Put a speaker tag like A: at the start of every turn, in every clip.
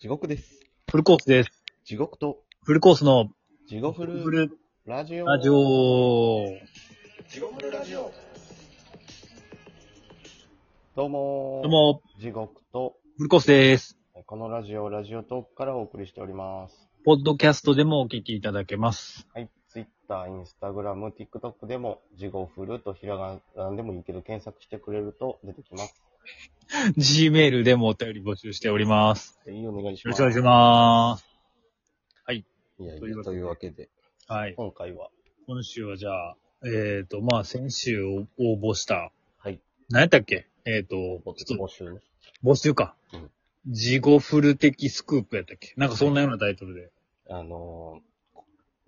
A: 地獄です。
B: フルコースです。
A: 地獄と、
B: フルコースの
A: 地獄
B: フ
A: フル
B: ル
A: ラジオ。
B: ラジオ。
A: 地獄フルラジオ。どうもー
B: どう。も、
A: 地獄と、
B: フルコースです。
A: このラジオ、ラジオトークからお送りしております。
B: ポッドキャストでもお聞きいただけます。
A: はい。Twitter、Instagram、TikTok でも、地獄フルとひらがなでもいいけど検索してくれると出てきます。
B: Gmail でもお便り募集しております。
A: いいお願いしま
B: よ
A: す。
B: ろしくお願いします。
A: いやいや
B: というわけで
A: というわけで、
B: はい。
A: 今回は、
B: 今週はじゃあ、えっ、と、まあ、先週応募した、
A: はい。
B: 何やったっけえっ、と、ちょっと
A: 募集ね。
B: 募集か
A: うん。
B: ジゴフル的スクープやったっけなんかそんなようなタイトルで。
A: あの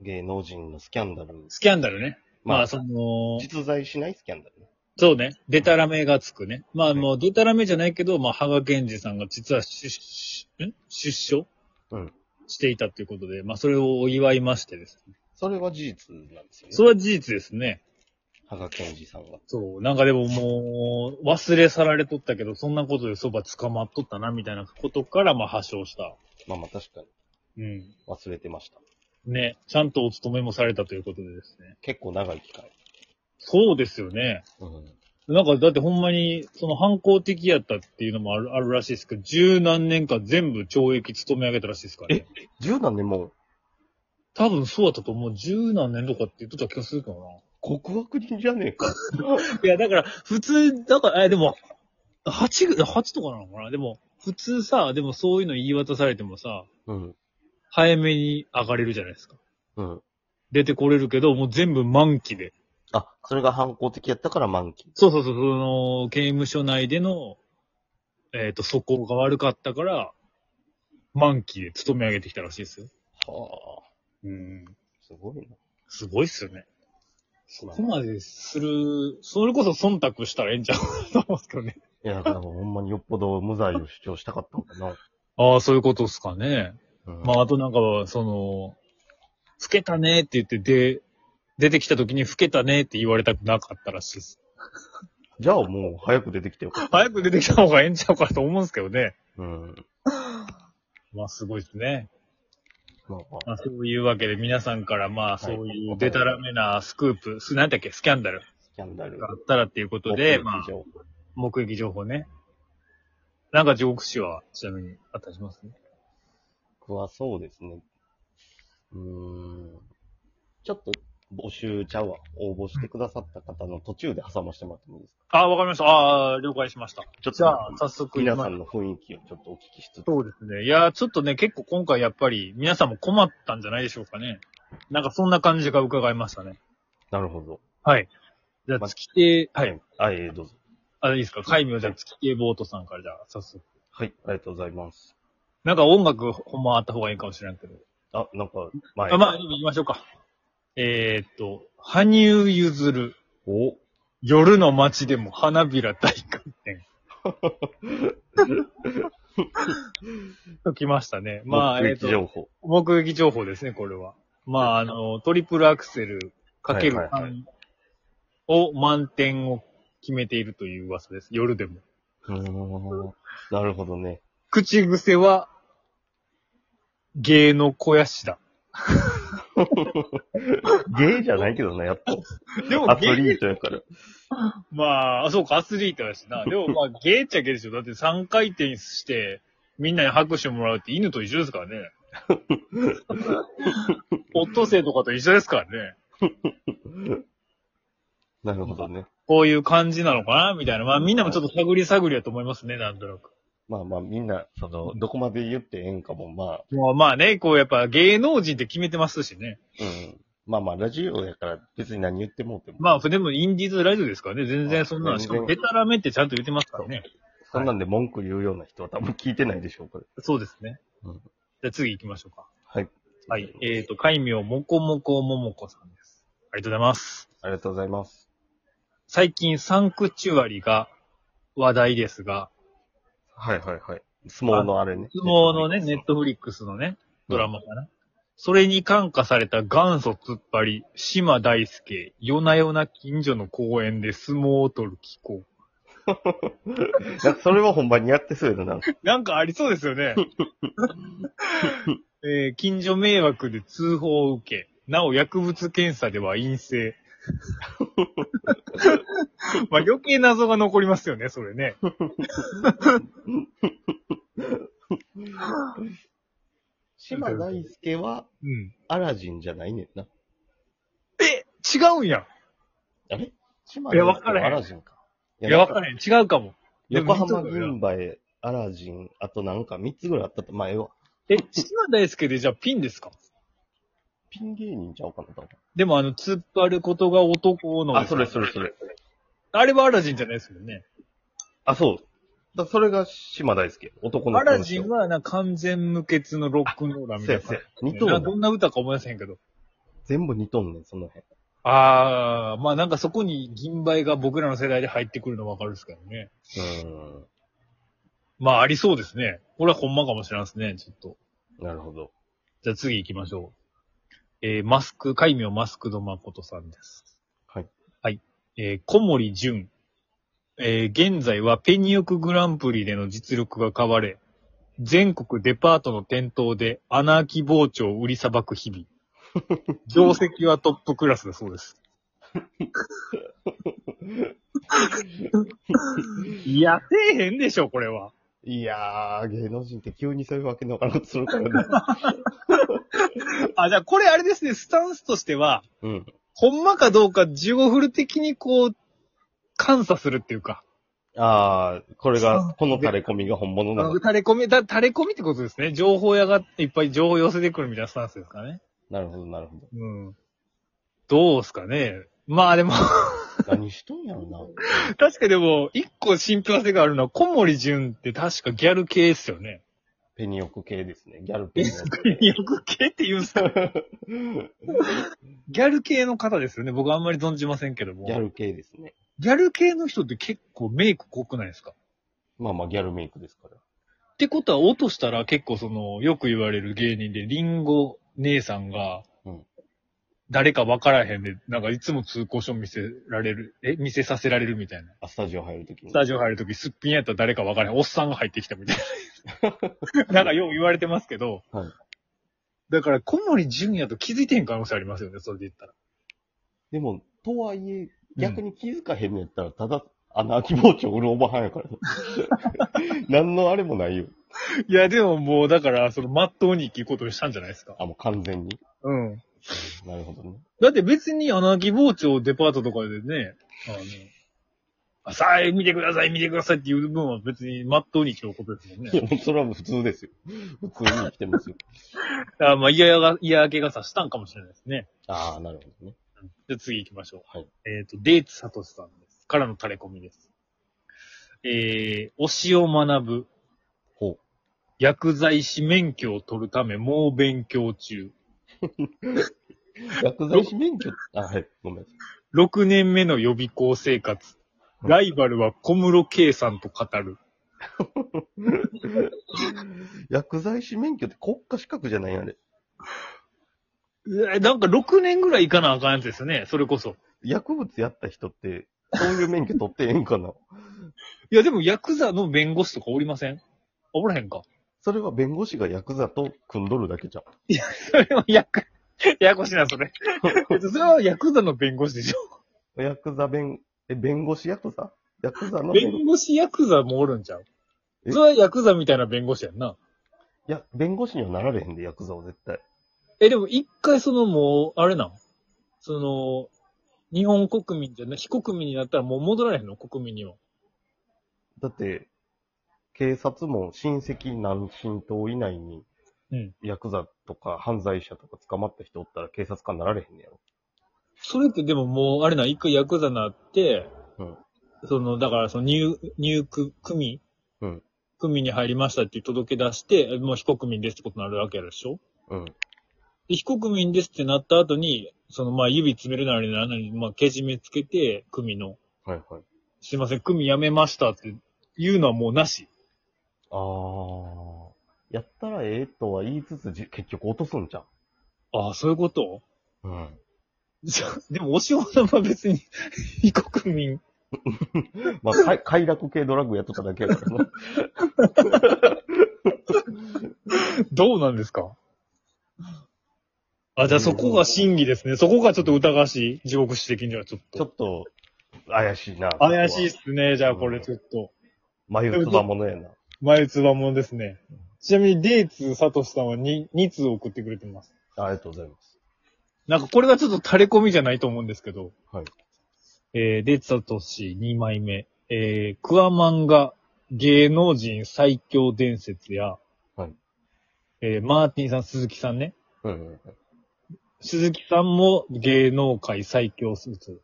A: ー、芸能人のスキャンダル。
B: スキャンダルね。まあ、そ
A: あ
B: の、
A: 実在しないスキャンダルね。
B: そうね。デタラメがつくね。まあ
A: い
B: もうデタラメじゃないけど、まあ、羽賀健二さんが実は出、ん出所
A: うん
B: していたということで、まあそれをお祝いましてですね。
A: それは事実なんですよね。
B: それは事実ですね。
A: 羽賀健二さんは。
B: そう。なんかでももう、忘れ去られとったけど、そんなことでそば捕まっとったな、みたいなことから、まあ発症した。
A: まあまあ確かに
B: うん。
A: 忘れてました。
B: ね。ちゃんとお勤めもされたということでですね。
A: 結構長い期間。
B: そうですよね。
A: うん。
B: なんか、だってほんまに、その反抗的やったっていうのもあるあるらしいですけど、十何年間全部懲役勤め上げたらしいですからね。
A: 十何年も
B: 多分そうだったと思う。十何年とかって言っとった気がするけどな。
A: 告白人じゃねえか。
B: いや、だから、普通、だから、え、でも、八ぐ、八とかなのかなでも、普通さ、でもそういうの言い渡されてもさ、
A: うん。
B: 早めに上がれるじゃないですか。
A: うん。
B: 出てこれるけど、もう全部満期で。
A: あ、それが反抗的やったから満期。
B: そうそうそう、その、刑務所内での、えっ、と、素行が悪かったから、満期で勤め上げてきたらしいですよ。
A: はあ。
B: うん。
A: すごいな。
B: すごいっすよね。
A: す
B: ここまでする、それこそ忖度したらええんちゃうと思うんですけどね。
A: いや、だからほんまによっぽど無罪を主張したかったのかな。
B: ああ、そういうことですかね。
A: うん
B: まあ、あとなんかは、その、老けたねって言って、で、出てきた時に老けたねって言われたくなかったらしいです。
A: じゃあもう早く出てきてよ。
B: 早く出てきた方がええんちゃうかと思うんですけどね。
A: うん。
B: まあ、すごいですね。
A: まあまあ
B: まあ、そういうわけで皆さんから、まあ、そういうデタラメなスクープ、す、なんだっけ、スキャンダル
A: スキャンダル。
B: があったらっていうことで、
A: 目撃
B: まあ、
A: 情報
B: 目撃情報ね。なんか地獄死は、ちなみに、あったりしますね。
A: 僕はそうですね。うーん。ちょっと募集ちゃうわ。応募してくださった方の途中で挟ましてもらってもいいですか
B: ああ、わかりました。ああ、了解しました。
A: ちょっ
B: じゃあ、早速、
A: 皆さんの雰囲気をちょっとお聞きしつつ。
B: そうですね。いやー、ちょっとね、結構今回やっぱり皆さんも困ったんじゃないでしょうかね。なんかそんな感じが伺いましたね。
A: なるほど。
B: はい。じゃあ、
A: ま
B: 月亭、はい。。
A: あ、えー、どうぞ。
B: あ、いいですか。海名じゃあ、月亭ボートさんからじゃあ、早速。
A: はい、ありがとうございます。
B: なんか音楽、ほんまあった方がいいかもしれんけど。
A: あ、なんか、前。
B: あ、まあ、でも行きましょうか。えー、っと、羽生結弦、
A: お
B: 夜の街でも花びら大回 転。ときましたね。まあ、
A: 目
B: えーっ
A: 撃
B: と、
A: 情報。
B: 目撃情報ですね、これは。まあ、あの、トリプルアクセルかける
A: はいはいは
B: 3を満点を決めているという噂です。夜でも。
A: うーん。 なるほど ね。
B: 口癖は、芸の肥やしだ。
A: ゲイじゃないけどな、やっぱ。
B: でも
A: アス
B: 芸、
A: リートやから。
B: まあ、あそうか、アスリートやし な。でもまあ、芸っちゃ芸でしょ。だって3回転して、みんなに拍手もらうって犬と一緒ですからね。 オットセイとかと一緒ですからね。
A: なるほどね。
B: こういう感じなのかなみたいな。まあみんなもちょっと探り探りやと思いますね、なんとなく。
A: まあまあ、みんな、その、どこまで言ってええんかも、まあ、
B: まあまあね、こうやっぱ芸能人って決めてますしね。
A: うん。まあまあ、ラジオやから別に何言ってもうても。
B: まあ、でもインディーズラジオですからね、全然そん
A: あ
B: な、
A: 全
B: し
A: 然
B: かもデタラメってちゃんと言ってますからね。
A: そんなんで文句言うような人は多分聞いてないでしょうから。
B: そうですね。
A: うん
B: じゃあ次行きましょうか。
A: はい。
B: はい。えっ、と、海名もこもこももこさんです。ありがとうございます。
A: ありがとうございます。
B: 最近サンクチュアリが話題ですが、
A: はいはいはい。相撲のあれね。
B: 相撲のね、ネットフリックスのね、ドラマかな。それに感化された元祖突っ張り、島大輔、夜な夜な近所の公園で相撲を取る気候。
A: なんかそれはほんまにやってそうやな。なんか
B: なんかありそうです よね。えー近所迷惑で通報を受け、なお薬物検査では 陰性。まあ余計謎が残りますよね、それね。
A: 島大輔は
B: うん。
A: アラジンじゃないねんな。
B: え、違うんや。
A: あれ島
B: いや
A: 大
B: わ
A: 輔
B: からへん
A: はアラジンか。い
B: いや、わか
A: ん。
B: らへん。違うかも。でも
A: 横浜銀杯、アラジン、あとなんか3つぐらいあったと、前は。
B: え、島大輔でじゃあピンですか
A: ピン芸人ちゃうかな、多分
B: でもあの、突っ張ることが男の。
A: あ、それそれそれ。
B: あれはアラジンじゃないですもんね。
A: あ、そう。だそれが島大輔、男の
B: ア
A: 子の人
B: ラジンはなんか完全無欠のロックンローラーみ
A: そうや
B: たいな
A: そう
B: 感
A: や。二
B: じ。
A: 頭
B: な
A: なん
B: かどんな歌か思い出せへんけど。
A: 全部二トンねん、その辺。
B: ああ、まあなんかそこに銀杯が僕らの世代で入ってくるのわかるですけどね。
A: う
B: まあありそうですね。これはほんまかもしれないですね、ちょっと。
A: ーん。なるほど。
B: じゃあ次行きましょう。えー、マスク、海名マスクドマコトさんです。
A: はい。
B: はい。えー、小森淳。えー、現在はペニオクグランプリでの実力が買われ、全国デパートの店頭でアナーキ包丁を売りさばく日 々。業績はトップクラスだそうです。いや、せえへんでしょ、これは。
A: いやー、芸能人って急にそういうわけのわからんことするからね。
B: あ、じゃあこれあれですね、スタンスとしては、
A: うん。
B: ほんまかどうか15フル的にこう、監査するっていうか、
A: あー、これが、この垂れ込みが本物
B: あ
A: な
B: の、
A: の。
B: 垂れ込み、だ、垂れ込みってことですね。情報屋がいっぱい情報寄せてくるみたいなスタンスですかね。
A: なるほど、なるほど。
B: うん。どうすかね。まあでも、
A: 何しとんやろな。
B: 確かでも、一個信憑性があるのは、小森淳って確かギャル系ですよね。
A: ペニオク系ですね。ギャルペニオク。
B: よく系って言うんですかギャル系の方ですよね。僕あんまり存じませんけども。
A: ギャル系ですね。
B: ギャル系の人って結構メイク濃くないですか
A: まあまあ、ギャルメイクですから。
B: ってことは、落としたら結構その、よく言われる芸人で、リンゴ姉さんが
A: うん、
B: 誰か分からへんで、なんかいつも通行証見せられる、え見せさせられるみたいな。
A: あ、スタジオ入るときに。
B: スタジオ入るとき、すっぴんやったら誰か分からへん。おっさんが入ってきたみたい な。なんかよう言われてますけど、
A: はい
B: だから小森純也と気づいてへん可能性ありますよね、それで言ったら。
A: でも、とはいえ、逆に気づかへんのやったら、ただ、穴開き包丁売るおばはん やから。何のあれもないよ。
B: いや、でももう、だから、その、まっとうに生きることにしたんじゃないですか。
A: あ、もう完全に。
B: うん。
A: なるほどね。
B: だって別に穴あき包丁デパートとかでね、あの、あさあ、見てください、見てくださいっていう部分は別に真っ当に生きることですもん
A: いや、
B: ね。
A: もう それはもう普通ですよ。普通に生きてますよ。
B: あまあ、嫌が、嫌明けがさしたんかもしれないですね。
A: ああ、なるほどね。
B: じゃあ次行きましょう。
A: はい
B: えっ、と、デーツサトシさんです。からの垂れ込みです。えー、推しを学ぶ。
A: ほう。
B: 薬剤師免許を取るため、猛勉強中。
A: 薬剤師免許、あ、はい、ごめんなさい。
B: 6年目の予備校生活。ライバルは小室圭さんと語る。
A: 薬剤師免許って国家資格じゃないあれ。
B: えーなんか6年ぐらい行かなあかんやつですね、それこそ。
A: 薬物やった人って、そういう免許取ってええんかな
B: いや、でもヤクザの弁護士とかおりませんあおらへんか。
A: それは弁護士がヤクザと組んどるだけじゃん。
B: それはヤク、ややこしいな、それ。 それはヤクザの弁護士でしょ。
A: ヤクザ弁、え、弁護士ヤクザヤクザの弁
B: 弁護士ヤクザもおるんちゃう
A: え
B: それはヤクザみたいな弁護士やんな。
A: いや、弁護士にはなられへんで、ヤクザは絶対。
B: え、でも一回そのもう、あれなんその、日本国民じゃな、非国民になったらもう戻られへんの国民には。
A: だって、警察も親戚何親等以内に
B: うん、
A: ヤクザとか犯罪者とか捕まった人おったら警察官なられへんねやろ。
B: それってでももう、あれなん一回ヤクザになって、
A: うん
B: その、だからその入、入区、組
A: うん
B: 組に入りましたっていう届け出して、もう非国民ですってことになるわけでしょ
A: うん。
B: で、非国民ですってなった後に、その、まあ、指詰めるなりならないまあ、けじめつけて、組の、
A: はいはい。
B: すいません、組辞めましたっていうのはもうなし。
A: あー。やったらええとは言いつつ、じ結局落とすんじゃん。
B: ああ、そういうこと
A: うん。
B: じゃあでも、お仕事は別に非国民
A: まあ、快快楽系ドラッグやっとっただけやから な。
B: どうなんですかあ、じゃあそこが真偽ですね。そこがちょっと疑わしい。地獄視的にはちょっ
A: ちょ
B: と。
A: っと、怪しいな。
B: 怪しいっ
A: ここは。
B: すね。じゃあこれちょっと。
A: 眉唾物やな。
B: 前つばもんですね。ちなみに、デーツサトシさんは 2, 2通送ってくれてます。
A: ありがとうございます。
B: なんかこれがちょっと垂れ込みじゃないと思うんですけど。
A: はい。
B: えー、デーツサトシ2枚目。えー、クアマンが芸能人最強伝説や、
A: はい。
B: えー、マーティンさん、鈴木さんね。
A: うんうんうん。
B: 鈴木さんも芸能界最強スーツ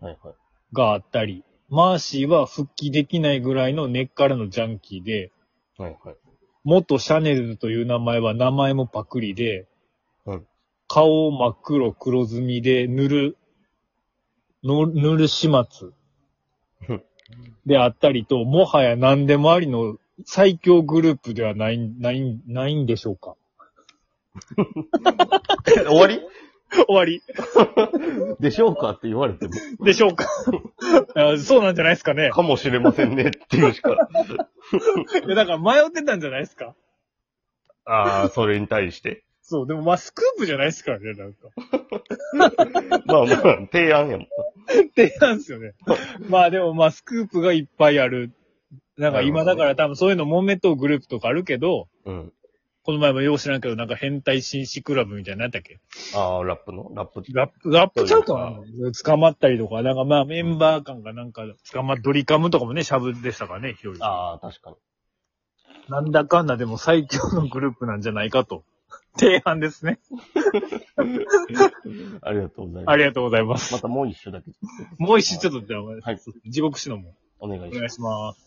A: はいはい。
B: があったり、マーシーは復帰できないぐらいの根っからのジャンキーで、
A: はいはい。
B: 元シャネルズという名前は名前もパクリで、
A: うん
B: 顔を真っ黒黒ずみで塗る、の塗る始末
A: うん
B: であったりと、もはや何でもありの最強グループではない、ない、ないんでしょうか。
A: 終わり
B: 終わり
A: でしょうかって言われても、
B: でしょうか。 あそうなんじゃないですかね。
A: かもしれませんねっていうしか。
B: いや、だから迷ってたんじゃないですか
A: ああ、それに対して。
B: そう、でもまあ、スクープじゃないですからね、なんか。
A: まあまあ、提案やもん。
B: ってなんですよね。まあでもまあ、スクープがいっぱいある。なんか今だから多分そういうの揉めとうグループとかあるけど、
A: うん。
B: この前もよう知らんけど、なんか変態紳士クラブみたいなのやったっけ
A: ああ、ラップのラップ。
B: ラップ、ラップちゃうとな捕まったりとか、なんかまあメンバー間がなんか捕まっ、ドリカムとかもね、シャブでしたからね、ひろゆき
A: ああ、確かに。
B: なんだかんだでも最強のグループなんじゃないかと。 提案ですね。
A: ありがとうございま
B: あ
A: す。
B: りがとうございます。
A: またもう一周だけ
B: もう一周ちょっとじゃあ、
A: はい
B: 地獄師のも
A: お願いし
B: お
A: ます
B: 願い。します。